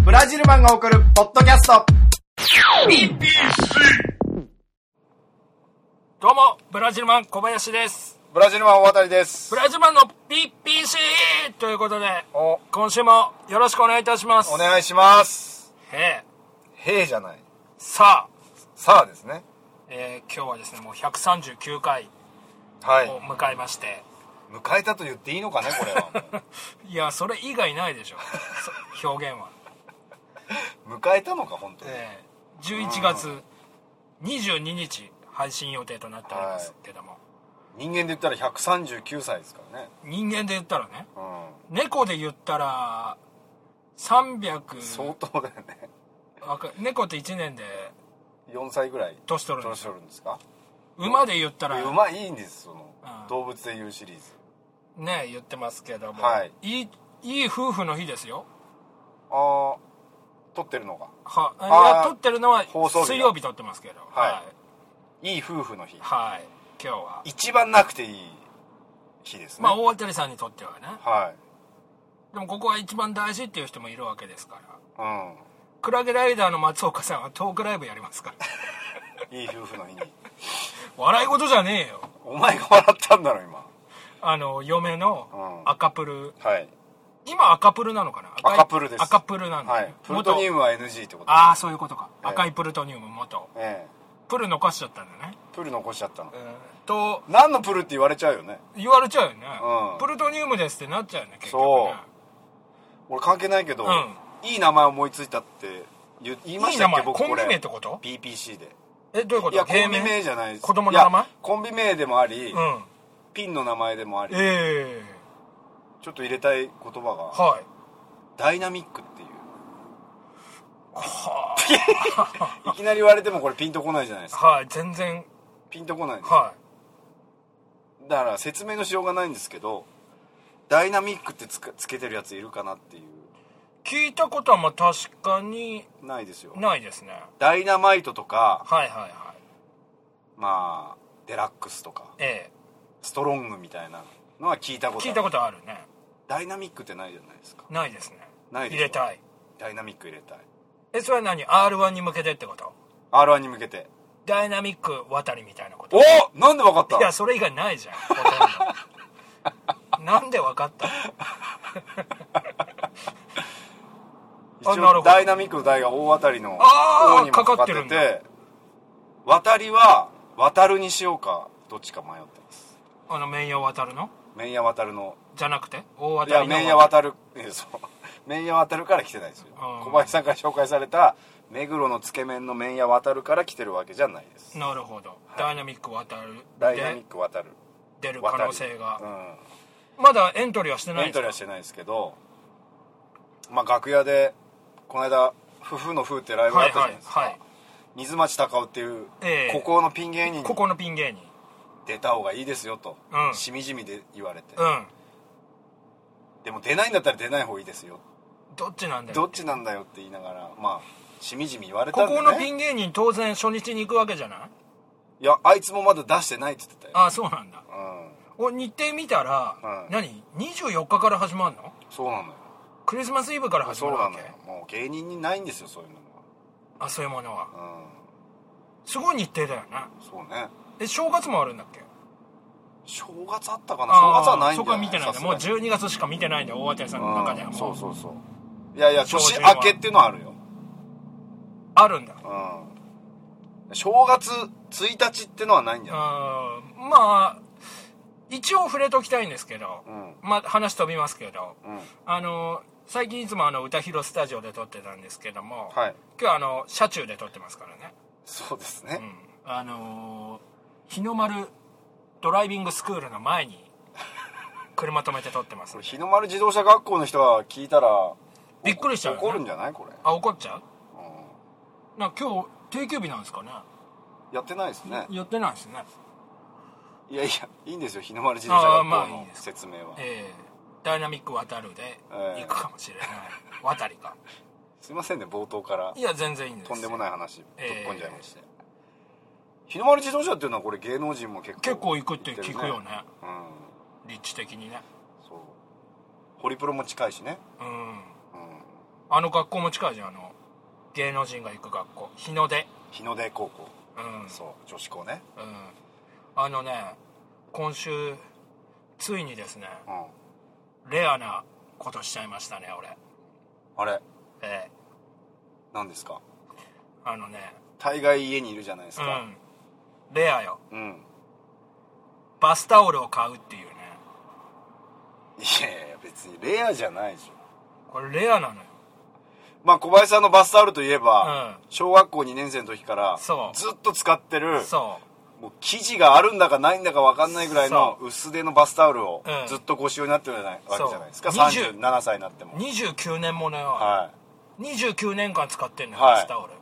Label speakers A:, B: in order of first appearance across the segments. A: ーマンが送るポッドキャスト。
B: どうも、ブラジルマン小林です。
A: ブラジルマン大渡です
B: ブ。ラジルマンの PPC! ということで、
A: お、
B: 今週もよろしくお願いいたします。
A: お願いします。
B: ええ
A: へいじゃない。
B: さあ、
A: さあですね。
B: えー今日はですね、もう139回
A: はい。
B: を迎えまして、
A: 迎えたと言っていいのかね、これは。
B: い、や、それ以外ないでしょ、そ表現は。
A: もう迎えたのか、本当に。
B: ええ11月22日配信予定となっておりますけども、
A: 人間で言ったら139歳ですからね。
B: 人間で言ったらね、
A: う
B: 猫で言ったら、
A: ん。相
B: 300、
A: 当だよね。
B: わか猫って1年で
A: 4歳ぐらい。
B: 年取るんです
A: 年取るんですか
B: 馬で言ったら
A: うまいいいんです、その
B: う。ん
A: 動物で言うシリーズ。
B: ね言ってますけども、
A: はい
B: いいいい夫婦の日ですよ
A: あー、撮ってるのが。
B: は
A: あー
B: いや撮ってるのは
A: 放送日だ
B: 水曜日撮ってますけど
A: はい
B: はい、
A: いい夫婦の日。
B: はい今日は、
A: 一番なくていい日ですね。
B: まあ大当たりさんにとってはね
A: はい。
B: でもここが一番大事っていう人もいるわけですから
A: うん。
B: クラゲライダーの松岡さんはトークライブやりますから
A: いい夫婦の日に。
B: 笑い事じゃねえよ
A: お前が笑ったんだろ、今。
B: あの嫁の
A: うん
B: 赤プル、
A: はい。
B: 今赤プルなのかな赤い
A: 赤プルです
B: 赤プルなんで、
A: はい。プルトニウ
B: ム
A: ムは NG ってこと
B: ああそういうことか、
A: ええ
B: 赤いプルトニウム元
A: ええ。
B: プル残しちゃったんだね、
A: プル残しちゃったの
B: う。ん、と
A: 何のプルって言われちゃうよね。
B: 言われちゃうよね、
A: うん
B: プルトニウムですってなっちゃうよね結局
A: そ
B: ね
A: 俺関係ないけど、
B: うん
A: いい名前思いついたって言言いま
B: いい
A: した
B: 名
A: っけ、
B: 前
A: 僕
B: コ
A: こ
B: ン
A: れ。
B: ビ名ってこと
A: ?PPC で。
B: えどういうこ
A: い
B: と
A: や、コ
B: 芸
A: ンビ名じゃないです。
B: 子供の名前
A: いやコンビ名でもあり、
B: うん
A: ピンの名前でもあり、
B: ええ
A: ちょっと入れたい言葉が、
B: はい
A: ダイナミックっていう。ピン いきなり言われてもこれピンとこないじゃないですか。
B: はい全然
A: ピンとこないです。
B: は
A: だから説明のしようがないんですけどダイナミックってつくつけてるやついるかなってい
B: い聞いたことはまあ確かに
A: うないですよ
B: ないですね
A: ダイナマイトとか
B: はいはいはい
A: まあデラックスとか
B: え
A: ストロングみたいなのは聞いた
B: え
A: ことある
B: 聞いたことあるね
A: ダイナミックってないじゃないですか
B: ないですね
A: ないで
B: 入
A: す
B: れたい
A: ダイナミック入れたい
B: えそれは何 r 1に向けてってこと
A: r 1に向けて
B: ダイナミック渡りみたいなこと
A: おなんでわかった
B: いやそれ以外ないじゃんほとんど なんで分かった
A: 一
B: あなるほど
A: 応ダイナミックの台が大当たりの
B: あー
A: 王にもかかってて
B: かかって
A: 渡りは渡るにしようかどっちか迷ってます
B: あの名誉渡るの
A: 麺屋渡るの
B: じゃなくて大当
A: い
B: た
A: や
B: りの
A: 麺屋渡るえそう 麺屋渡るから来てないですよ
B: あー
A: 小林さんから紹介された目黒のつけ麺の麺屋渡るから来てるわけじゃないです
B: なるほど、ダイナミック渡る
A: ダイナミッ
B: で
A: ク渡る
B: 出る
A: 渡
B: 可
A: る
B: 能性がまだエントリーはして
A: うん
B: ない
A: エ
B: ん
A: ン
B: です
A: トリー
B: か
A: はしてないですけどまあ楽屋でこの間「夫婦の夫」ってライブがあ
B: は
A: っ
B: い
A: たじゃ
B: は
A: ない
B: い
A: ですか、
B: はい
A: 水町貴夫っていう、
B: ええ
A: 孤高のピン芸人
B: こ
A: に
B: このピン芸人
A: 出た方がいいですよと、
B: うん
A: しみじみで言われて、
B: うん
A: でも出ないんだったら出ない方がいいですよ、
B: どっちなんだよ
A: どっちなんだよって言いながらまあしみじみ言われた
B: こ
A: んで、ね、
B: このピン芸人当然初日に行くわけじゃない
A: いやあいつもまだ出してないって言ってたよ
B: ああそうなんだ
A: うん
B: 俺日程見たら
A: はい
B: 何24日から始まるの
A: そうなのよ
B: クリスマスイブから始
A: そ
B: ま
A: う
B: る
A: な
B: わ
A: の
B: け
A: よもう芸人にないんですよそういうの
B: あそういうものは
A: は
B: すごい日程だよね
A: うんそうね
B: え正月もあるんだっけ
A: 正月あったかな
B: あ
A: 正
B: あ
A: 月はないんじゃない
B: そこは見てないん
A: さ
B: だ
A: すが
B: もう
A: に
B: 12月しか見てないんだ大当たりさんの中では
A: うん
B: も
A: そううそうそういやいや
B: 正
A: 年
B: 直は
A: 明けっていうのはあるよ
B: あるんだ
A: うん正月1日ってのはないんじゃない
B: あーまあ一応触れときたいんですけど、
A: うん
B: まあ、話飛びますけど
A: うん
B: あの最近いつもあの歌広スタジオで撮ってたんですけども、
A: はい
B: 今日はあの車中で撮ってますからね、
A: そうです
B: う
A: ね
B: ん、あのー日の丸ドライビングスクールの前に車止めて撮ってます
A: こ
B: ん
A: れ
B: で
A: 日の丸自動車学校の人が聞いたら
B: びっくりしちゃうよね
A: 怒るんじゃないこれ
B: あ怒っちゃ
A: う
B: うなんか今日定休日なんですかね
A: んやってないですね
B: 寄ってないですね
A: いやいやいいんですよ日の丸自動車
B: あー
A: 学
B: まあ
A: 校
B: いい
A: の
B: です
A: 説明は
B: えーダイナミック渡るで行くかもしれない、渡りか
A: すいませんね冒頭から
B: いや全然いいんです
A: と
B: よ
A: んでもない話ぶっ
B: ええ
A: 込んじゃいまして、日の丸自動車っていうのはこれ芸能人も結構
B: 結構行くって聞くよね
A: うん
B: 立地的にね
A: そうホリプロも近いしね
B: うん
A: うん
B: あの学校も近いじゃんあの芸能人が行く学校日の出
A: 日の出高校
B: うん
A: そう女子校ね
B: うんあのね今週ついにですね
A: うん
B: レアなことしちゃいましたね俺
A: あれ
B: ええ
A: 何ですか
B: あのね
A: 大概家にいるじゃないです
B: う
A: か
B: んレアよ
A: うん、
B: バスタオルを買うっていうね
A: いやいや別にレアじゃないでしょ
B: これレアなのよ
A: まあ小林さんのバスタオルといえば、
B: うん
A: 小学校2年生の時からず
B: そう
A: っと使ってる
B: そ
A: もう生地があるんだかないんだか分かんないぐらいの薄手のバスタオルを
B: うん
A: ずっとご使用になってるじゃないわけじゃないですか
B: そう
A: 37歳になっても
B: う29年ものよ、
A: は
B: 29年間使ってんのよ、
A: はい
B: バスタオル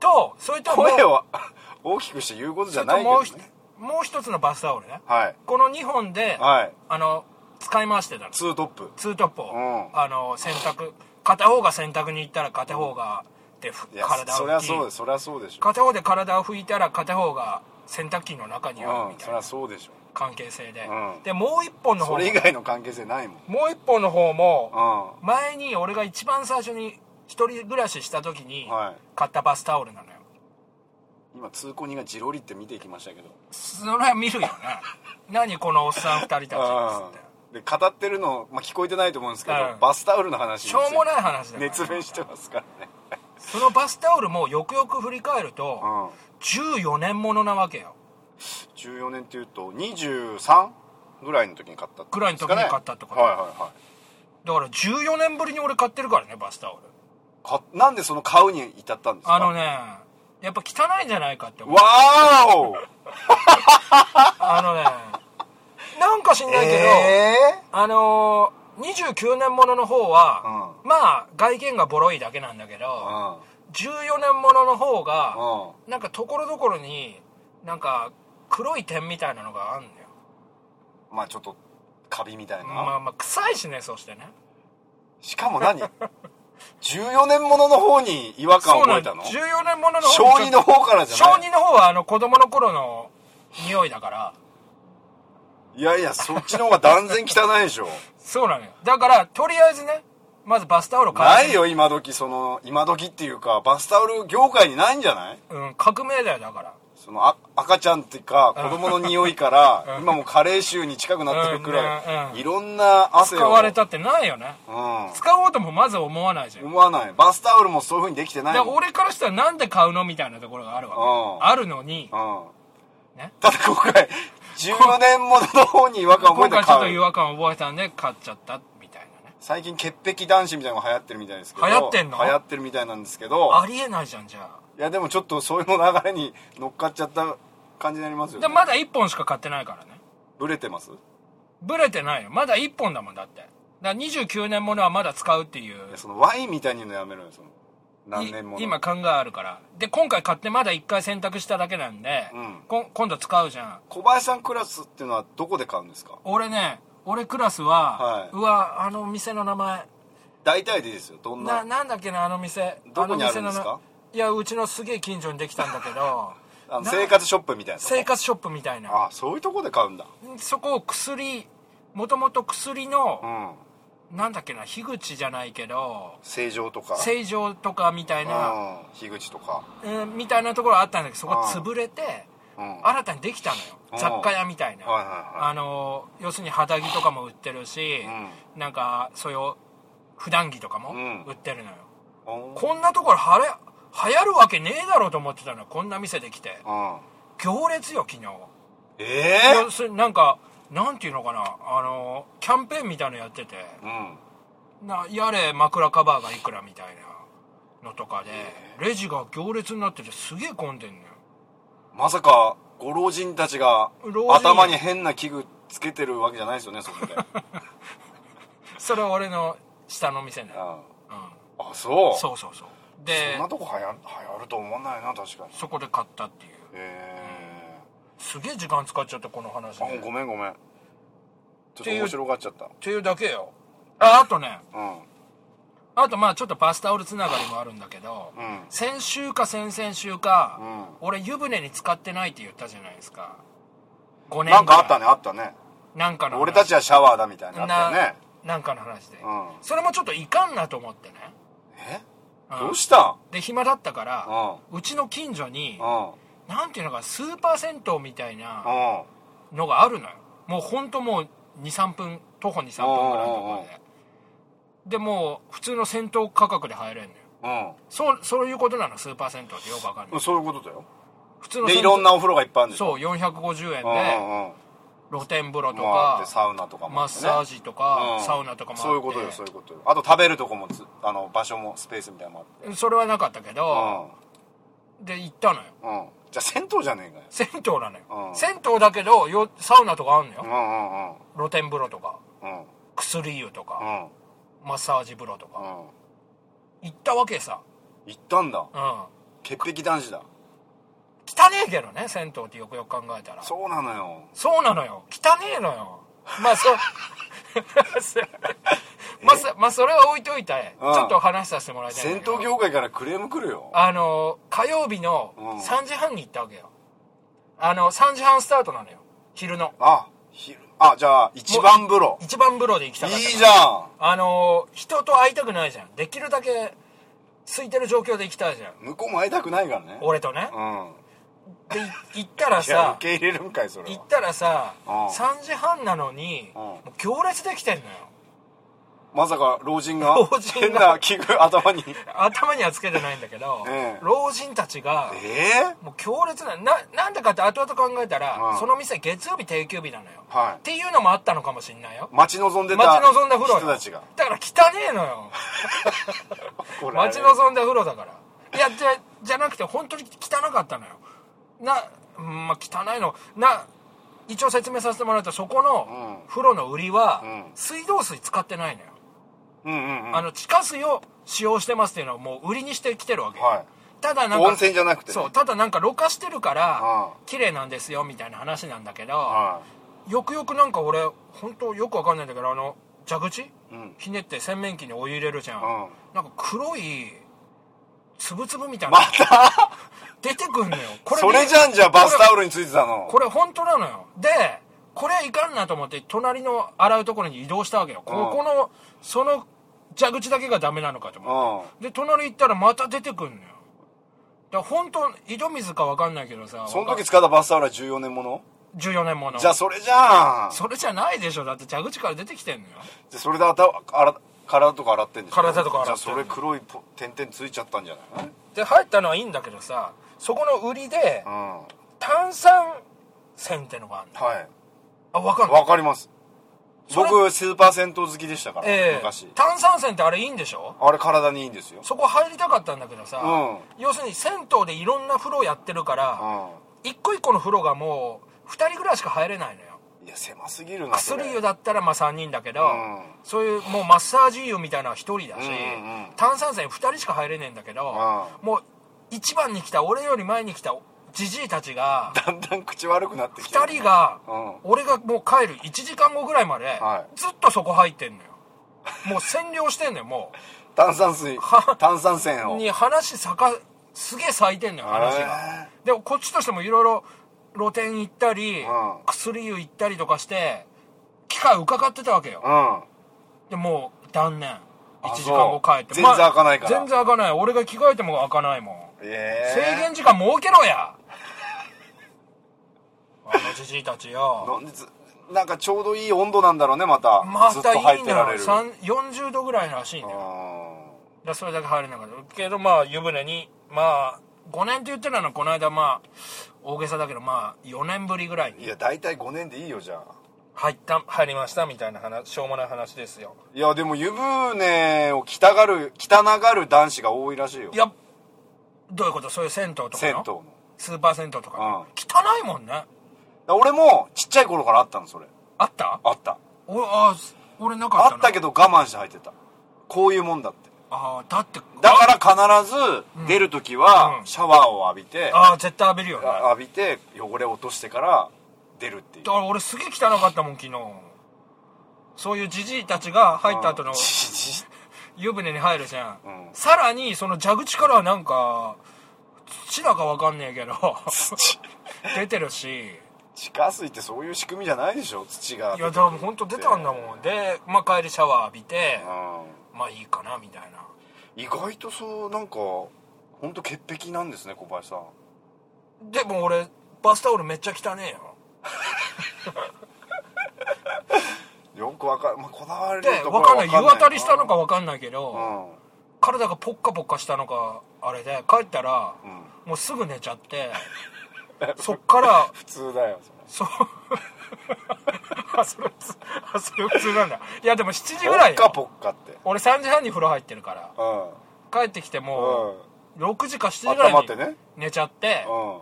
B: とそれ
A: い
B: ともう
A: 声を 大きくして言うことじ
B: そ
A: ゃ
B: れ
A: な
B: と
A: いけ
B: も
A: ど、
B: うひ
A: ね、
B: もう一つのバスタオルね
A: はい
B: この2本で、
A: はい
B: あの使い回してたの
A: ツートップ
B: ツートップを、
A: うん
B: あの洗濯片方が洗濯に行ったら片方がでふ
A: いや
B: 体を
A: そり
B: 拭
A: ゃ
B: き
A: そうですそりゃそうでしょ
B: 片方で体を拭いたら片方が洗濯機の中にある
A: う
B: み
A: ん
B: た
A: そ
B: い
A: り
B: な
A: ゃそうでしょ
B: 関係性で、
A: うん
B: でもう一本の方
A: そ
B: も
A: れ以外の関係性ないもん
B: もう一本の方も
A: う
B: 前に俺が一番最初に一人暮らしした時に
A: んはい
B: 買ったバスタオルなのよ
A: 今通行人がジロリって見ていきましたけど
B: その辺見 るよね何このおっさん二人たちっつって
A: うんで語ってるの、まあ、聞こえてないと思うんですけど、
B: うん
A: バスタオルの話
B: しょうもないい話だよ
A: 熱弁してますからね
B: そのバスタオルもよくよく振り返ると
A: うん
B: 14年ものなわけよ
A: 14年っていうと23ぐらいの時に買ったってことですか
B: ぐらいの時
A: ね
B: に買ったってこと
A: はいはいはい
B: だから14年ぶりに俺買ってるからねバスタオル
A: かなんでその買うに至ったんですか
B: あのねやっぱ汚いんじゃないかって思う
A: わーお
B: あのねなんか知んないけど、あのー、29年ものの方は、まあ外見がボロいだけなんだけ
A: え
B: ど、
A: ー
B: 14年ものの方が、
A: うん、うん、
B: なんかところどころになんか黒い点みたいなのがあんのよ
A: まあちょっとカビみたいな、
B: まあまあ臭いしねそしてね
A: しかも何14年ものの方に違和感
B: そ
A: を
B: う
A: 覚
B: な
A: え
B: んだ
A: たの
B: 14年ものの方
A: 小2の方からじゃ
B: 小
A: ない
B: 2の方はあの子供の頃の匂いだから
A: いやいやそっちの方が断然汚いでしょ
B: そうなのよだからとりあえずね まずバスタオル買う
A: ないよ今時その今時っていうかバスタオル業界にないんじゃない
B: うん、革命だよだから
A: そのあ赤ちゃんっていうか子供の匂いから
B: うん
A: 今もう加齢臭に近くなってるくら
B: うんうん
A: いいろんな汗
B: 使
A: を
B: われたってないよね
A: う
B: 使おうともまず思わないじゃん
A: ん思わないバスタオルもそういうふうにできてない
B: だから
A: もん
B: 俺からしたらなんで買うのみたいなところがあるわ
A: う
B: けあるのに
A: うん
B: ね
A: ただ今回14年ものの方に違和感を覚
B: 今
A: えて
B: 回ちょっと
A: 買
B: 違
A: う
B: 和感を覚えたんで買っちゃったみたいなね
A: 最近潔癖男子みたいなのが流行ってるみたいですけど
B: 流行ってんの
A: 流行ってるみたいなんですけど
B: ありえないじゃんじゃあ
A: いやでもちょっとそういうの流れに乗っかっちゃった感じになりますよ
B: で
A: ね
B: まだ1本しか買ってないからね
A: ブレてます
B: ブレてないよまだ1本だもんだってだから29年ものはまだ使うっていう
A: いやそのワインみたいに言うのやめろよその何年もの
B: い今考えあるからで今回買ってまだ1回洗濯しただけなんで、
A: うん
B: こ今度使うじゃん
A: 小林さんクラスっていうのはどこで買うんですか
B: 俺ね俺クラスは、
A: はいう
B: わあの店の名前
A: 大体でいいですよどんな
B: ななんだっけなあの店
A: どこにあるんです
B: の店の
A: か
B: ないやうちのすげえ近所にできたんだけど
A: あの
B: な
A: 生活ショップみたいなとこ
B: 生活ショップみたいな
A: あそういうとこで買うんだ
B: そこを薬もともと薬
A: う
B: の、
A: ん
B: なんだっけな樋口じゃないけど
A: 成城とか
B: 成城とかみたいな、
A: うん樋口とか
B: うん、みたいなところあったんだけどそこ潰れて
A: うん
B: 新たにできたの
A: う
B: よ
A: ん
B: 雑貨屋みたいな、
A: はいはいはい
B: あの要するに肌着とかも売ってるし、なんかそういう普段着とかも
A: うん
B: 売ってるのよ、
A: うん
B: こんなところはれ流行るわけねえだろうと思ってたのよこんな店で来て
A: うん
B: 行列よ昨日
A: え
B: 要するになんかなんていうのかなあのキャンペーンみたいのやってて
A: えうん
B: なやれ枕カバーがいくらみたいなのとかでレジが行列になっててすげえ混んでんのよ
A: まさかご老人たちが
B: 老人
A: 頭に変な器具つけてるわけじゃないですよね そこでうん
B: それは俺の下の店ね、うん、
A: あそう
B: そうそうそうで
A: そんなとこ流行流行ると思わないな確かに
B: そこで買ったっていう
A: え
B: すげえ時間使っちゃったこの話
A: え
B: ね
A: あごめんごめんちょってと
B: いう
A: 面白がっちゃった
B: っていうだけよああとね
A: うん
B: あとまあちょっとバスタオルつながりもあるんだけど、
A: うん
B: 先週か先々週か、
A: うん
B: 俺湯船に使ってないって言ったじゃないですか5年
A: なんかあった
B: ね
A: ねあったね
B: なんかの話
A: 俺たちはシャワーだみたいなのあったよね
B: ななんかの話で、
A: うん
B: それもちょっといかんなと思ってね
A: え
B: うん
A: どうした
B: で暇だったか
A: ん
B: ら
A: うん
B: うちの近所に
A: うん
B: なんていうのかスーパー銭湯みたいうなんのがあるのよもうほんともう23分徒歩23分ぐらいのところででもう普通の銭湯価格で入れんのよそうそういうことなのスーパー銭湯ってよくわかん
A: う
B: ない
A: んそういうことだよ
B: 普通の
A: で
B: 銭湯
A: いろんなお風呂がいっぱいあるんでし
B: そ
A: ょ
B: う450
A: うん
B: 円で
A: うんうん
B: 露天風呂と
A: まああって
B: か
A: サウナとかも
B: マ
A: あ
B: ッ
A: ってね
B: サージとか
A: うん
B: サウナとかもあって
A: そういうことよそういうことよあと食べるとこもつあの場所もスペースみたいなのも
B: それはなかったけど
A: あって
B: で行ったのよ
A: うんうんじゃあ銭湯じゃねえかよ
B: 銭湯なのよ
A: うん
B: 銭湯だけどよサウナとかあんの
A: う
B: よ
A: んうんうん
B: 露天風呂とか
A: うん
B: 薬湯と
A: う
B: か
A: ん
B: マッサージ風呂とか
A: うん
B: 行ったわけさ
A: 行ったんだ
B: うん汚
A: 潔癖男子だ
B: ねえけどね銭湯ってよくよく考えたら
A: そうなのよ
B: そうなのよ汚ねえのよまあそう まあそまあそれは置いといてち
A: うん
B: ょっと話させてもらいたいんだ
A: 銭
B: けど
A: 湯業界からクレーム来るよ
B: あの火曜日の
A: うん
B: 3時半に行ったわけよあの3時半スタートなのよ昼の
A: あ昼あじゃあ一番風呂
B: 一番風呂で行きた
A: い
B: かったから
A: いじゃ
B: あの人と会いたくないじゃんできるだけ空いてる状況で行きたいじゃん
A: ん向こうも会いたくないからね
B: 俺とね
A: うん
B: で行ったら
A: いや
B: さ
A: 受け入れるんかいそれ
B: 行
A: は
B: ったらさ
A: うん
B: 3時半なのに
A: うん
B: もう行列できてんのよ
A: まさか老人が
B: 老人が
A: 変な器具 頭に
B: 頭にはつけてないんだけど、
A: ええ
B: 老人たちが
A: ええ
B: もう強烈なななんでかって後々考えたら、
A: うん
B: その店月曜日定休日なのよ、
A: はい
B: っていうのもあったのかもしんないよ
A: 待ち望んでた
B: 待ち望んだ風呂よ
A: 人たちが
B: だから汚ねえのよ
A: これあれ
B: 待ち望んだ風呂だからいやじゃじゃなくて本当に汚かったのよなうんまあ汚いのな一応説明させてもらうとそこの
A: うん
B: 風呂の売りは、
A: うん
B: 水道水使ってないのよ、
A: うんうんうん
B: あの地下水を使用してますっていうのはもう売りにしてきてるわけよ、
A: はい
B: ただなんか
A: 温泉じゃなくてね
B: そうただなんかろ過してるから
A: う
B: 綺麗なんですよみたいな話なんだけど
A: は
B: よくよくなんか俺本当よくわかんないんだけどあの蛇口
A: いうん
B: ひねって洗面器にお湯入れるじゃん
A: うん
B: なんか黒い粒々みたいなまた出て くんのよこ
A: それじゃんじゃあバスタオルについてたの
B: これ本当なのよでこれいかんなと思って隣の洗うところに移動したわけよここのその蛇口だけがダメなのかと思って
A: う
B: で隣行ったらまた出てくんのよだから本当井戸水か分かんないけどさ
A: んその時使ったバスタオルは14年もの
B: 14年もの
A: じゃあそれじゃん
B: それじゃないでしょだって蛇口から出てきてんのよ
A: でそれで頭洗体とか洗ってんでしょ
B: 体とか洗って
A: じゃあそれ黒いポ点々ついちゃったんじゃない
B: で入ったのはいいんだけどさそこの売りで
A: うんは
B: 炭酸泉ってのがあるの
A: い
B: あ分かんない
A: わかります
B: それ
A: 僕スーパー銭湯好きでしたから、
B: ええ
A: 昔
B: 炭酸泉ってあれいいんでしょ
A: あれ体にいいんですよ
B: そこ入りたかったんだけどさ、
A: う
B: 要するに銭湯でいろんな風呂やってるから、
A: う
B: 一個一個の風呂がもう2人ぐらいしか入れないのよ
A: んいや狭すぎるなそれ
B: 薬湯だったらまあ3人だけど、
A: うん
B: そういうもうマッサージ湯みたいなのは1人だし、
A: うんうんうん
B: 炭酸泉2人しか入れねえんだけど、もう一番に来た俺より前に来たじじいたちが
A: だんだん口悪くなってきて
B: 2人が、
A: うん
B: 俺がもう帰る1時間後ぐらいまで、
A: はい
B: ずっとそこ入ってんのよもう占領してんのよも
A: 炭酸水
B: は
A: 炭酸泉
B: う
A: を
B: に話咲かすげえ咲いてんのよ話が
A: へ
B: でもこっちとしてもいろいろ露店行ったり、
A: うん
B: 薬湯行ったりとかして機会伺ってたわけよ、
A: ーうん
B: でもう断念
A: あ
B: 1時間後帰って
A: そう全然開かないから
B: まあ全然開かない俺が着替えても開かないもん、
A: ええ
B: 制限時間設けろ やあのじじいたちよ
A: なんでずなんかちょうどいい温度なんだろうねまた
B: ま
A: ずったと入
B: いい
A: っ
B: の
A: て
B: よ
A: られる
B: さん40度ぐらいらしいんだよだか
A: う
B: らそれだけ入れなかったけどまあ湯船にまあ5年って言ってたのはこの間まあ大げさだけどまあ4年ぶりぐらい
A: んい
B: に
A: や大体5年でいいよじゃあ
B: 入った入りましたみたいな話しょうもない話ですよ
A: いやでも湯船を着たがる汚がる男子が多いらしいよ
B: いやどういうことそういう銭湯とか
A: 銭湯
B: の
A: の
B: スーパー銭湯とか
A: うん
B: 汚いもんね
A: 俺もちっちゃい頃からあったのそれ
B: あった
A: あった
B: おあす俺なかった
A: あ
B: な
A: ったけど我慢して入ってたこういうもんだって
B: あーだって
A: だから必ず出る時は
B: うん
A: シャワーを浴びて、
B: ああー絶対浴びるよね
A: あ浴びて汚れを落としてから出るっていう
B: だから俺すげえ汚かったもん昨日そういうじじいたちが入った後の
A: うんじじ
B: 湯船に入るじゃん、
A: うん
B: さらにその蛇口からはなんか土だかわかんねえ けど
A: 土
B: 出てるし
A: 地下水ってそういう仕組みじゃないでしょ土が
B: いやだから本当出たんだもんで、まあ、帰りシャワー浴びて
A: うん
B: まあいいかなみたいな
A: 意外とそうなんか本当潔癖なんですね小林さん
B: でも俺バスタオルめっちゃ汚ねえよ
A: よくわかる、まあ、こだわり
B: で
A: のとこ
B: わ
A: ろは
B: かんない湯渡りしたのかわかんないけど、
A: うん
B: 体がポッカポッカしたのかあれで帰ったら、
A: うん
B: もうすぐ寝ちゃって そっから
A: 普通だよそれ
B: そう あそれ普通あそれ普通なんだいやでも7時ぐらい
A: ポッカ
B: よ
A: ポッカって
B: 俺3時半に風呂入ってるから
A: う
B: 帰ってきて
A: ん
B: もう6時か7時ぐら
A: 頭って
B: いに
A: ね
B: 寝ちゃって
A: うん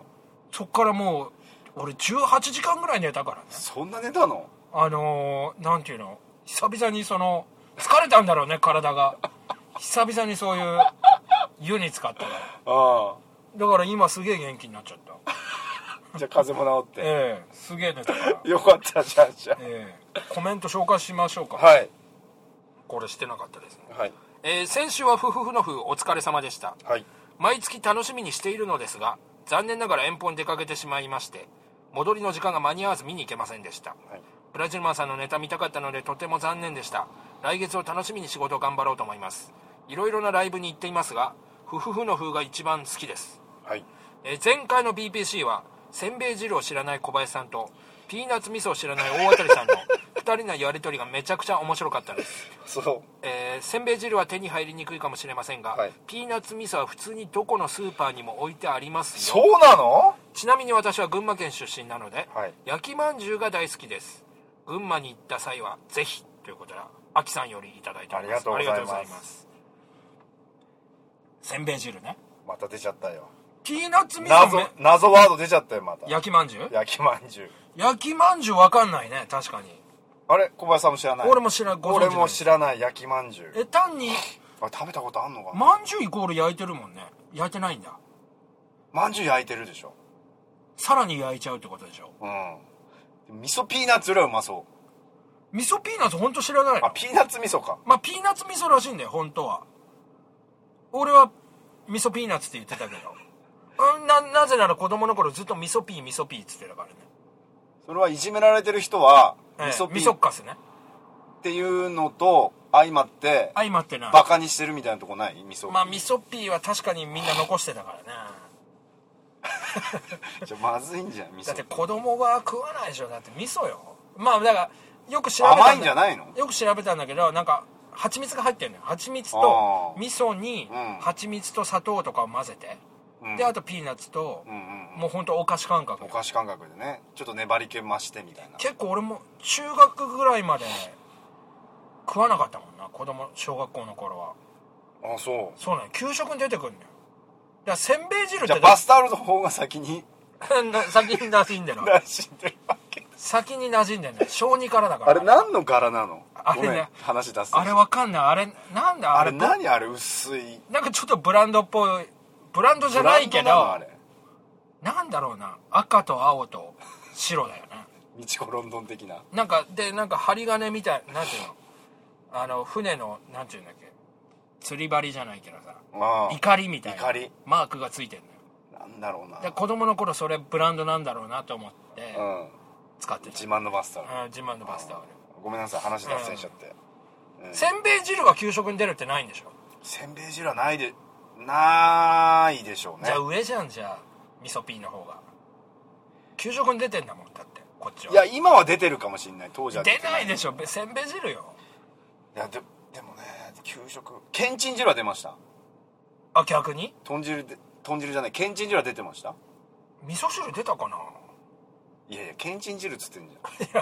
B: そっからもう俺18時間ぐらい寝たからね
A: そんな寝たの
B: あのー、なんていうの久々にその疲れたんだろうね体が久々にそういう湯に使ったから
A: あ
B: だから今すげえ元気になっちゃった
A: あじゃあ風邪も治って
B: ええすげえ寝たから
A: よかったじゃんじゃ
B: ええコメント紹介しましょうか、
A: あはい
B: これしてなかったですね、
A: はい
B: えー先週は「ふふふのふお疲れ様でした
A: はい
B: 毎月楽しみにしているのですが残念ながら遠方に出かけてしまいまして戻りの時間が間に合わず見に行けませんでした
A: はい
B: ブラジルマンさんのネタ見たかったのでとても残念でした来月を楽しみに仕事を頑張ろうと思いますいろいろなライブに行っていますがふふふの風が一番好きです
A: はい
B: えー前回の BPC はせんべい汁を知らない小林さんとピーナッツ味噌を知らない大当たりさんの 2人のやり取りがめちゃくちゃ面白かったです、
A: そう
B: えーせんべい汁は手に入りにくいかもしれませんが、
A: はい
B: ピーナッツ味噌は普通にどこのスーパーにも置いてありますよ
A: そうなの
B: ちなみに私は群馬県出身なので、
A: はい
B: 焼きまんじゅうが大好きです群馬に行った際はぜひということであきさんよりいただいております
A: ありがと
B: ありがとう
A: うございます
B: ございますせんべい汁ね
A: また出ちゃったよ
B: ピーナッツ味噌
A: 謎
B: め
A: 謎ワード出ちゃったよまた
B: 焼きまんじゅう
A: 焼きまんじゅう
B: 焼きまんじゅうわかんないね確かに、
A: あれ小林さんも知らない
B: 俺も知らご存知な
A: 俺
B: い
A: も知らない焼きまんじゅう
B: え単に
A: あ食べたことあんのかな
B: まんじゅうイコール焼いてるもんね焼いてないんだ
A: まんじゅう焼いてるでしょ
B: さらに焼いちゃうってことでしょ
A: うん味噌ピーナッツよりはうまそう
B: 味噌ピーナッツ本当知らないの
A: あピーナッツ味噌か
B: まあピーナッツ味噌らしいんだよ本当は俺は味噌ピーナッツって言ってたけど、 うん、ななぜなら子供の頃ずっと味噌ピー味噌ピーっつってたからね、
A: それはいじめられてる人は
B: え
A: 味噌
B: え
A: ピ
B: 味
A: ー
B: 噌
A: っ
B: かすね
A: ていうのと相まって
B: 相まってない
A: バカにしてるみたいなとこない味噌
B: まあ味噌ピーは確かにみんな残してたからね
A: じゃあまずいんじゃん味
B: だっ
A: 噌
B: て子供は食わないでしょだって味噌よまあだからよく調べただ
A: 甘いんじゃないの
B: よく調べたんだけどなんか蜂蜜が入ってるのよ蜂蜜と
A: あー
B: 味噌に
A: うん
B: 蜂蜜と砂糖とかを混ぜて、
A: うん
B: であとピーナッツと、
A: うんうんうん
B: もう本当お菓子感覚
A: お菓子感覚でねちょっと粘り気増してみたいな
B: 結構俺も中学ぐらいまで食わなかったもんな子供小学校の頃は
A: あそ
B: そうなの給食に出てくるのよだからせんべい汁っ
A: じ
B: て
A: ゃあバスタオルの方が先に
B: な先に馴染んでるの
A: 馴染んでるわけ
B: 先に馴染んでるの小児からだから
A: あれ何の柄なの
B: あれ
A: ご
B: ね
A: めん話出す
B: あれわかんないあれなんだ
A: あ
B: あ
A: れ
B: れ
A: 何あれ薄い
B: なんかちょっとブランドっぽいブランドじゃないけ
A: ブランドなの
B: ど
A: あれ
B: なんだろうな赤と青と白だよね
A: ミチコロンドン的な
B: なんかでなんか針金みたいなんていうのあの船のなんていうんだっけ釣り針じゃないけどさ
A: ああ
B: 怒りみたいな
A: 怒り
B: マークがついてるのよ
A: なんだろうな
B: で子供の頃それブランドなんだろうなと思って
A: うん
B: 使って
A: 自
B: た、
A: 慢のバスタオル
B: うん、自慢のバスタオル
A: ごめんなさい話脱線しちゃって
B: せんべい汁が給食に出るってないんでしょ、
A: せんべい汁はないでないでしょうね
B: じゃあ上じゃんじゃあ味噌ピーの方が給食に出てんだもんだってこっちはい
A: や今は出てるかもしれない当時は
B: 出ないで
A: し
B: しょせんべい汁よ
A: ょいやででもね給食けんちん汁は出ました
B: あ逆に
A: 豚汁で豚汁じゃないけんちん汁は出てました
B: 味噌汁出たかない
A: やいやけんちん汁っつってんじゃ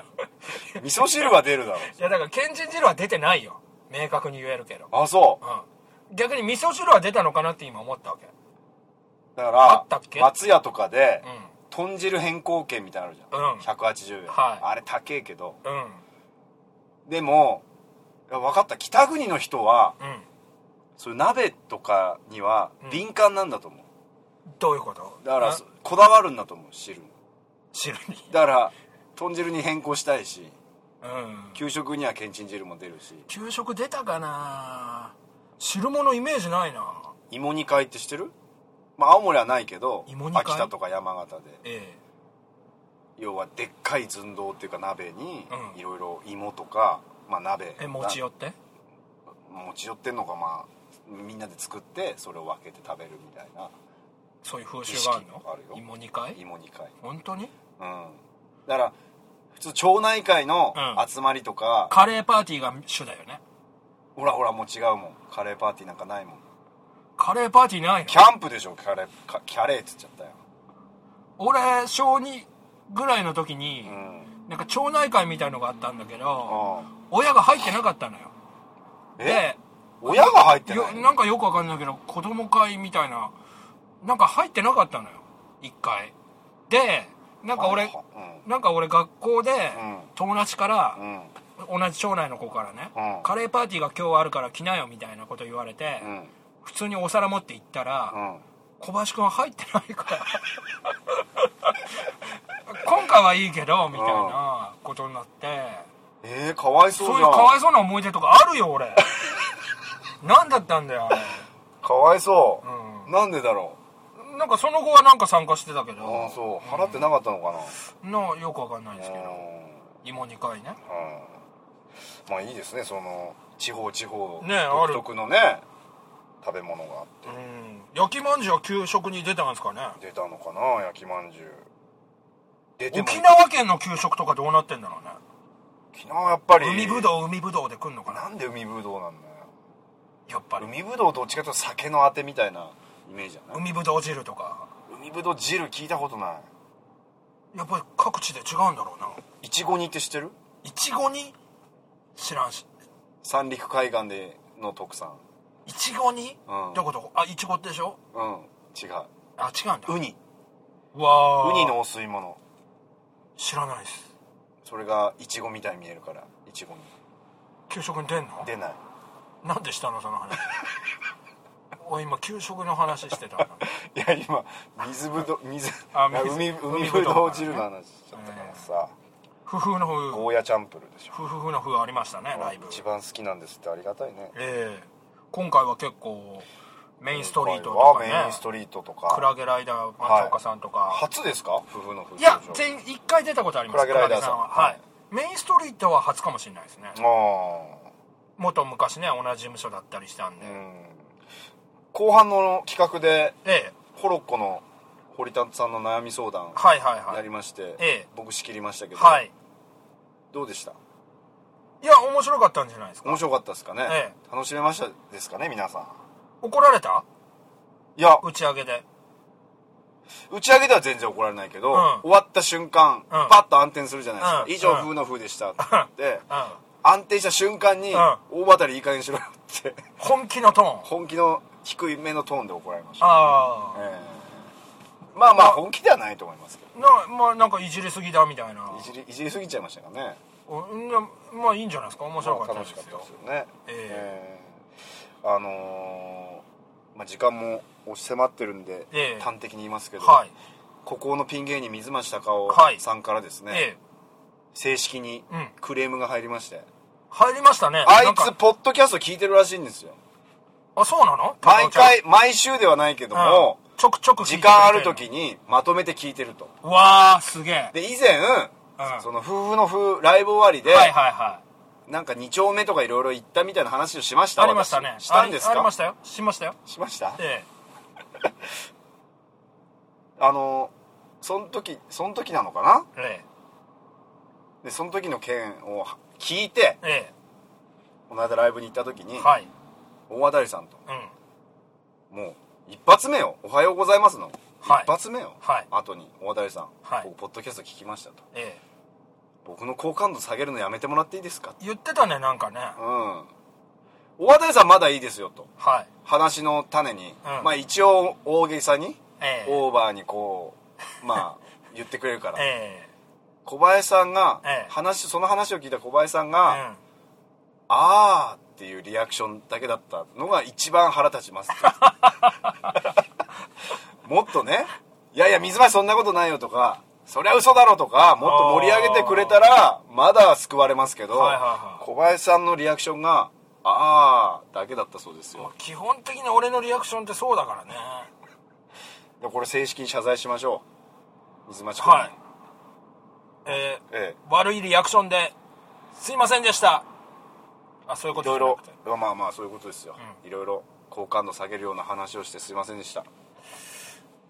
A: ん味噌汁は出るだろ
B: いやだからけんちん汁は出てないよ明確に言えるけど、
A: あそう
B: うん、逆に味噌汁は出たのかなって今思ったわけ
A: だか
B: あったっけ
A: ら松屋とかで
B: うん
A: 豚汁変更券みたいなのあるじゃ
B: う
A: ん、
B: ん
A: 180円、
B: はい
A: あれ高えけど
B: うん
A: でもいや分かった北国の人は
B: うん
A: そういう鍋とかには
B: うん
A: 敏感なんだと思う、
B: どういうこと
A: だから
B: あ
A: そこだわるんだと思う汁に
B: 汁に
A: だから豚汁に変更したいし
B: うん
A: 給食にはけんちん汁も出るし
B: 給食出たかな汁物イメージないな
A: 芋煮会って知ってる、まあ、青森はないけど
B: 芋煮会
A: 秋田とか山形で
B: え
A: 要はでっかい寸胴っていうか鍋に
B: うん
A: いろいろ芋とか、まあ、鍋
B: ええ持ち寄って
A: な持ち寄ってんのかまあみんなで作ってそれを分けて食べるみたいな
B: そういう風習がある
A: 儀
B: の
A: 式があるよ
B: 芋2回
A: 芋2回
B: 本当に
A: うんだから普通町内会の
B: うん
A: 集まりとか、
B: カレーパーティーが主だよね
A: ほらほらもう違うもんカレーパーティーなんかないもん
B: カレーパーティーないの
A: キャンプでしょキャレかキャレーっつっちゃったよ
B: 俺小2ぐらいの時に
A: う、ん
B: なんか町内会みたいのがあったんだけど、
A: あ
B: 親が入ってなかったのよ
A: あえ
B: で
A: 親が入って
B: よ
A: ないの
B: なんかよくわかんないけど子供会みたいななんか入ってなかったのよ一回でなんか俺
A: う
B: なんか俺学校で
A: ん
B: 友達から
A: んうん
B: 同じ町内の子からね
A: うん
B: カレーパーティーが今日あるから来なよみたいなこと言われて
A: うん
B: 普通にお皿持って行ったら
A: うん
B: 小林君は入ってないから今回はいいけどみたいなことになって
A: えー、かわいそう
B: そうい
A: じ
B: う
A: ゃ
B: か
A: ん
B: わいそうな思い出とかあるよ 俺何だったんだよあれ
A: かわいそううなんでだろ
B: なんかその後はなんか参加してたけ
A: うああ
B: ど
A: そう払ってなかったのかな
B: のよくわかんないですけ
A: う
B: ど
A: ん
B: 芋2回ね
A: うんまあいいですねその地方地方
B: ねえあ
A: 独
B: る
A: 特のね食べ物があって
B: うん焼きまんじゅうは給食に出たんですかね
A: 出たのかな焼きまんじゅう出ても
B: 沖縄県の給食とかどうなってんだろうね
A: 沖縄やっぱり
B: 海ぶどう海ぶどうで来んのかな
A: なんで海ぶどうなんだよ
B: やっぱり
A: 海ぶどうどっちかというと酒のあてみたいなイメージじゃない
B: 海ぶどう汁とか
A: 海ぶどう汁聞いたことない
B: やっぱり各地で違うんだろうない
A: ちご煮って知ってる
B: いちごに知らんし
A: 三陸海岸での特産
B: いちごに、
A: うん
B: どういうことあいちごでしょ
A: うん違
B: あ違うんだ
A: うウニ
B: うわー
A: ウニのお吸い物
B: 知らないです
A: それがいちごみたいに見えるからいちごに
B: 給食に出んの
A: 出ない
B: なんでしたのその話俺今給食の話してたの
A: いや今水ぶどう水
B: あ
A: いや
B: 水
A: 海海
B: 海ぶ
A: ぶ
B: ど
A: ど
B: う
A: う汁の話しちゃったからさ、
B: 夫婦の夫
A: ゴーヤチャンプルでしょ
B: 夫婦の夫ありましたねライブ
A: 一番好きなんですってありがたいね
B: ええ今回は結構メインストリートと
A: 今
B: か
A: 回
B: ね
A: はメインストリートとか
B: クラゲライダー松岡さんとか、
A: 初ですか夫婦の夫
B: い、や全員一回出たことあります
A: クラゲライダーさん
B: クははい、メインストリートは初かもしれないですね
A: あ
B: 元昔ね同じ事務所だったりしたん
A: あ
B: で、
A: うん後半の企画で
B: ええ
A: ホロッコの堀田さんの悩み相談
B: はいはいは
A: や
B: い
A: りまして、
B: ええ
A: 僕仕切りましたけど、
B: はい
A: どうでした
B: いや面白かったんじゃないですか
A: 面白かったですかね、
B: え
A: 楽しめましたですかね皆さん
B: 怒られた
A: いや
B: 打ち上げで
A: 打ち上げでは全然怒られないけど、
B: うん
A: 終わった瞬間、パッと暗転するじゃないですか、
B: うん
A: 以上
B: うん
A: 風の風でしたって言って、
B: うん
A: 安定した瞬間に、
B: うん
A: 大当たりいい加減にしろよ って
B: 本気のトーン
A: 本気の低い目のトーンで怒られました、
B: ああ
A: ええまあまあ
B: あ
A: 本気ではないと思いますけど
B: なまあなんかいじりすぎだみたいない
A: じりいじりすぎちゃいましたかね
B: うんなまあいいんじゃないですか面白かった
A: 楽
B: です
A: しかった
B: よ
A: ですよね
B: え
A: ええあのーまあ、時間も押し迫ってるんで、
B: ええ
A: 端的に言いますけど、
B: はい
A: ここのピン芸人水増孝夫
B: はい
A: さんからですね、
B: ええ
A: 正式に
B: うん
A: クレームが入りまして、
B: 入りましたねな
A: あ
B: ん
A: い
B: か
A: つポッドキャスト聞いてるらしいんですよ
B: あそうなの
A: 毎回毎週ではないけども、
B: うんちょくちょく聞いてくれ
A: 時
B: て
A: 間ある時にまとめて聞いてると
B: うわあすげえ
A: で以前、
B: うん
A: その夫婦の夫ライブ終わりで、
B: はいはいはい
A: なんか2丁目とかいろいろ行ったみたいな話をしました
B: ありましたね
A: 私したんですか
B: ありありましたよしましたよ
A: しました
B: ええ
A: あのその時その時なのかな
B: え
A: でその時の件を聞いて
B: ええ
A: この間ライブに行った時に、
B: えはい
A: 大当たりさんと
B: うん
A: もう一発目よ「おはようございますの」
B: はい
A: 一発目よ、
B: はい
A: 後に大当たりさん、
B: はい
A: 僕ポッドキャスト聞きましたと
B: ええ
A: 僕の好感度下げるのやめてもらっていいですか
B: 言ってたねなんかね
A: うん大当たりさんまだいいですよと
B: はい
A: 話の種に、
B: うん
A: まあ一応大げさに、
B: ええ
A: オーバーにこうまあ言ってくれるから、
B: え
A: 小林さんが、
B: ええ
A: 話その話を聞いた小林さん
B: え
A: が「
B: うん
A: あー」っていうリアクションだけだったのが一番腹立ちます もっとね「いやいや水前そんなことないよ」とか「そりゃ嘘だろ」とかもっと盛り上げてくれたらまだ救われますけど、
B: はいはいはい
A: 小林さんのリアクションが「あー」だけだったそうです
B: まあ
A: よ
B: 基本的な俺のリアクションってそうだからね
A: でこれ正式に謝罪しましょう水町君に
B: はいええ
A: え
B: 悪いリアクションですいませんでしたあそういう
A: え
B: こ
A: いろ
B: と
A: い
B: じゃな
A: ろ
B: くて
A: まあまあそういうことですよ、いろいろ好感度下げるような話をしてすいませんでした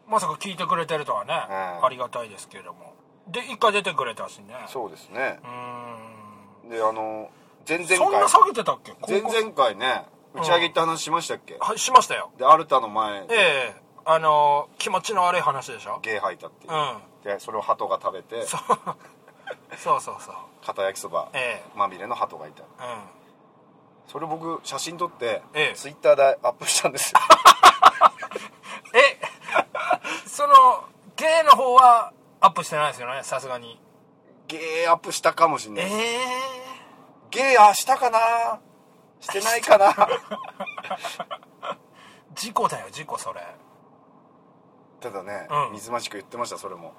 B: まさか聞いてくれてるとはね、
A: うん
B: ありがたいですけれどもで一回出てくれたしねう
A: そうですね
B: うーん
A: であの前々回
B: そんな下げてたっけ
A: 前
B: 高校
A: 々回ね打ち上げ行った話しましたっけ、
B: はいしましたよ
A: でアルタの前
B: ええあのー気持ちの悪い話でしょ
A: ゲー吐いたっていう
B: う、ん
A: でそれを鳩が食べて
B: そうそうそうそう
A: 片焼きそば
B: え
A: まみれの鳩がいた
B: えうん
A: それ僕写真撮って、
B: ええ
A: ツイッターでアップした んですよ
B: え そのゲイの方はアップしてないですよねさすがに
A: ゲーアップしたかもしんな
B: え
A: い
B: え
A: ゲーあしたかなしてないかな
B: 事故だよ事故それ
A: ただね、
B: うん
A: 水増しく言ってましたそれも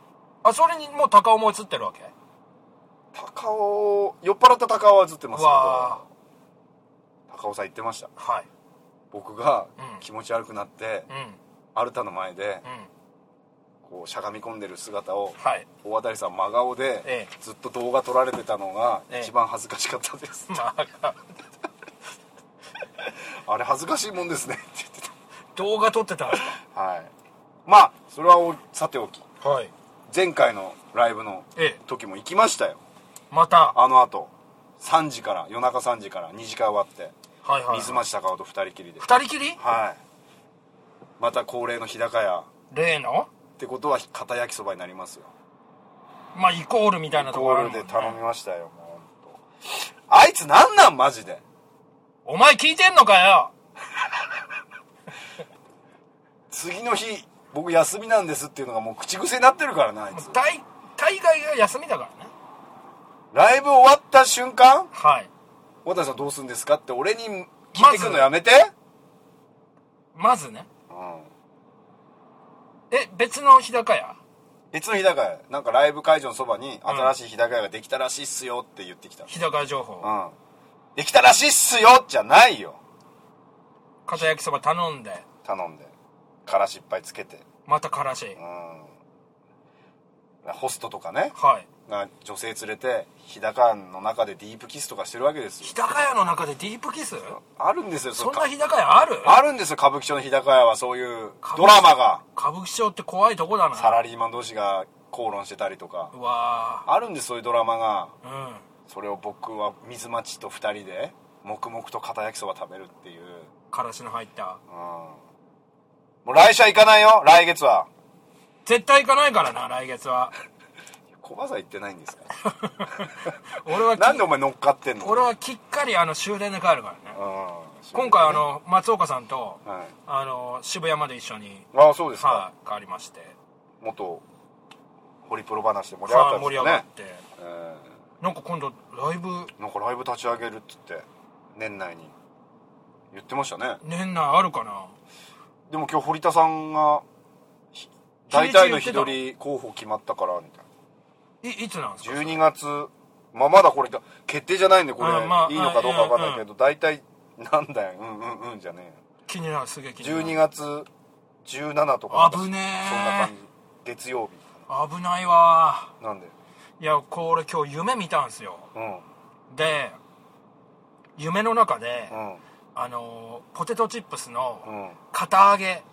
B: あそれにもう高尾も映ってるわけ
A: 高尾酔っ払った高尾は映ってます
B: う
A: けど
B: わ
A: 高尾さん言ってました
B: ーはい
A: 僕が
B: うん
A: 気持ち悪くなって、
B: うん
A: アルタの前で
B: うん
A: こうしゃがみ込んでる姿を
B: はい
A: 大渡さん真顔で
B: ええ
A: ずっと動画撮られてたのが
B: ええ
A: 一番恥ずかしかったです、
B: まあ
A: あれ恥ずかしいもんですね って言って
B: 動画撮ってたんで
A: たはいまあそれはおさておき
B: すかはい
A: 前回のライブの
B: ええ
A: 時も行きましたよ
B: また
A: あのあと3時から夜中3時から2時間終わって
B: はいはい
A: 水町高尾と2人きりで
B: 二人きり
A: はいまた恒例の日高屋
B: 例の
A: ってことは片焼きそばになりますよ
B: まあイコールみたいなとこ
A: ゴ
B: ろあ
A: ー
B: る
A: ル
B: もんね
A: で頼みましたよもうほんとあいつなんなんマジで
B: お前聞いてんのかよ
A: 次の日僕休みなんですっていうのがもう口癖になってるからなあいつ
B: 大大会が休みだからね
A: ライブ終わった瞬間
B: はい
A: 渡田さんどうするんですかって俺に聞い
B: ま
A: て
B: ず
A: くのやめて、
B: まずね
A: うん、
B: え別の日高屋
A: 別の日高屋なんかライブ会場のそばに新しい日高屋ができたらしいっすよって言ってきた、
B: 日高屋情報
A: うん、できたらしいっすよじゃないよ
B: 片焼きそば頼んで
A: 頼んでからしいっぱいつけて、
B: またからし
A: うん、ホストとかね
B: はい
A: が女性連れて日高屋の中でディープキスとかしてるわけですよ
B: 日高屋の中でディープキス
A: あるんですよ
B: そん
A: う
B: な日高屋ある
A: あるんですよ歌舞伎町の日高屋はそういうドラマが
B: 歌舞伎町って怖いとこだな
A: サラリーマン同士が口論してたりとか
B: うわ
A: あるんですそういうドラマが
B: ーうん
A: それを僕は水町と2人で黙々と片焼きそば食べるっていう、
B: からしの入った
A: うん、もう来週は行かないよ来月は
B: 絶対行かないからな来月は
A: 小技行ってないんで すか
B: 俺はき
A: なんでお前乗っかってんの
B: 俺はきっかりあの終電で帰るからね
A: うん
B: 今回あの松岡さんと、
A: はい
B: あの渋谷まで一緒に
A: ああそうですか、
B: はい帰りまして
A: 元ホリプロ話で盛り上が
B: は
A: った
B: い
A: んで
B: 盛
A: す
B: り
A: よ
B: 上がっ
A: ね、
B: て
A: え
B: なんか今度ライブ
A: ーなんかライブ立ち上げるっつって年内に言ってましたね
B: 年内あるかな
A: でも今日堀田さんがひ大体の日取り候補決まったからみたいない
B: いつなんですか
A: 12月、まあ、まだこれだ決定じゃないんでこれ、
B: うんまあ
A: いいのかどうかわかんないけど大体、なんだようんうんうんじゃね
B: 気になるすげえ気
A: え
B: になる
A: 12月17とか
B: 危ねえ
A: そんな感じ月曜
B: 危ないわ
A: 日なんで
B: いやこれ今日夢見たんですよ
A: うん
B: で夢の中で、
A: うん
B: あのーポテトチップスの
A: うん
B: 片揚げ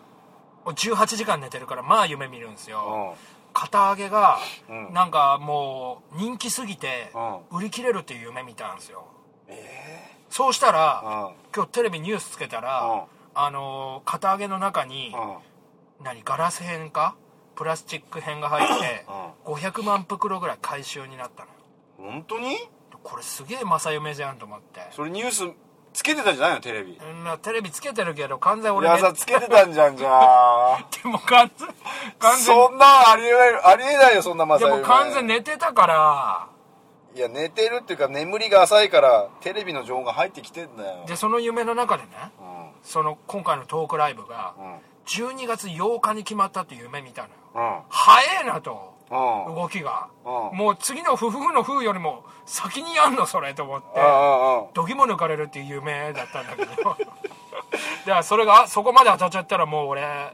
B: を18時間寝てるからまあ夢見るんですよ、片揚げが、
A: うん
B: なんかもう人気すぎて、
A: う
B: 売り切れるっていう夢見たんですよ
A: え
B: そうしたら、
A: うん
B: 今日テレビニュースつけたら、
A: うん
B: あのー片揚げの中に、
A: うん
B: 何ガラス片かプラスチック片が入って、500万袋ぐらい回収になったのよ
A: 本当に
B: これすげえ正夢じゃんと思って
A: それニュースつけてたじゃないのテレビ
B: うんまあテレビつけてるけど完全
A: い
B: 俺
A: や
B: 寝
A: さつけてたんじゃんじゃあ
B: でも完全完全
A: そんなんありえないありえないよそんなまさ
B: でも完全寝てたか
A: いや寝てるっていうか眠りが浅いからテレビの情報が入ってきてんだよ
B: らでその夢の中でね
A: うん
B: その今回のトークライブが
A: うん
B: 12月8日に決まったっていう夢見たのよ
A: うん
B: 早えなと
A: うんうん
B: 動きが
A: うん
B: もう次の「夫婦の風」よりも先にやんのそれと思って
A: うん
B: どぎも抜かれるっていう夢だったんだけど だからそれがそこまで当たっちゃったらもう俺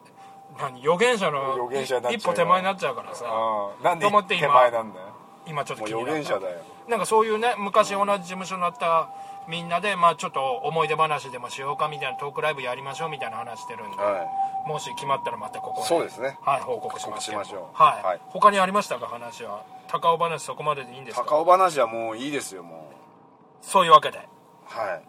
B: 何予言者の
A: 予言者になっちゃうよ
B: 一歩手前になっちゃうからさ
A: うんなんで
B: と思って今
A: 手前なんだよ
B: 今ちょっと
A: もう
B: 気に
A: 予
B: な
A: 言
B: った
A: 者だよ
B: なんかそういうね昔同じ事務所になったみんなで、まあ、ちょっと思い出話でもしようかみたいなトークライブやりましょうみたいな話してるんで、
A: は
B: もし決まったらまたここで
A: そうですね
B: はい、報告しますけど
A: 報告しましょう
B: はい、
A: はい
B: 他にありましたか話は高尾話そこまででいいんです
A: 高
B: か
A: 尾話はもういいですよも
B: そういうわけで
A: うはい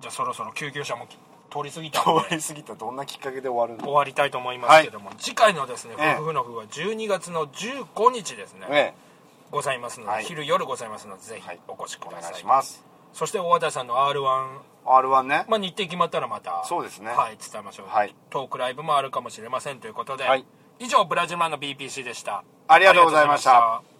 B: じゃあそろそろ救急車もき通り過ぎた
A: 終
B: ん
A: わ
B: で
A: りすぎたどんなきっかけで終わる
B: 終
A: の
B: わりたいと思いますけども、次回のですね「
A: ええ
B: 夫婦の夫」は12月の15日ですね、
A: え
B: ございますので、
A: はい
B: 昼夜ございますのでぜひ
A: はい
B: お越し
A: えお
B: くださ
A: 願
B: い,、
A: いします
B: そして大和田さんの r 1
A: R1 ね
B: まあ、日程決まったらまた
A: そうですね
B: はい、伝えましょう、
A: はい
B: トークライブもあるかもしれませんということで、
A: はい
B: 以上ブラジルマンの BPC でした
A: ありがとうございました
B: ありがとうございました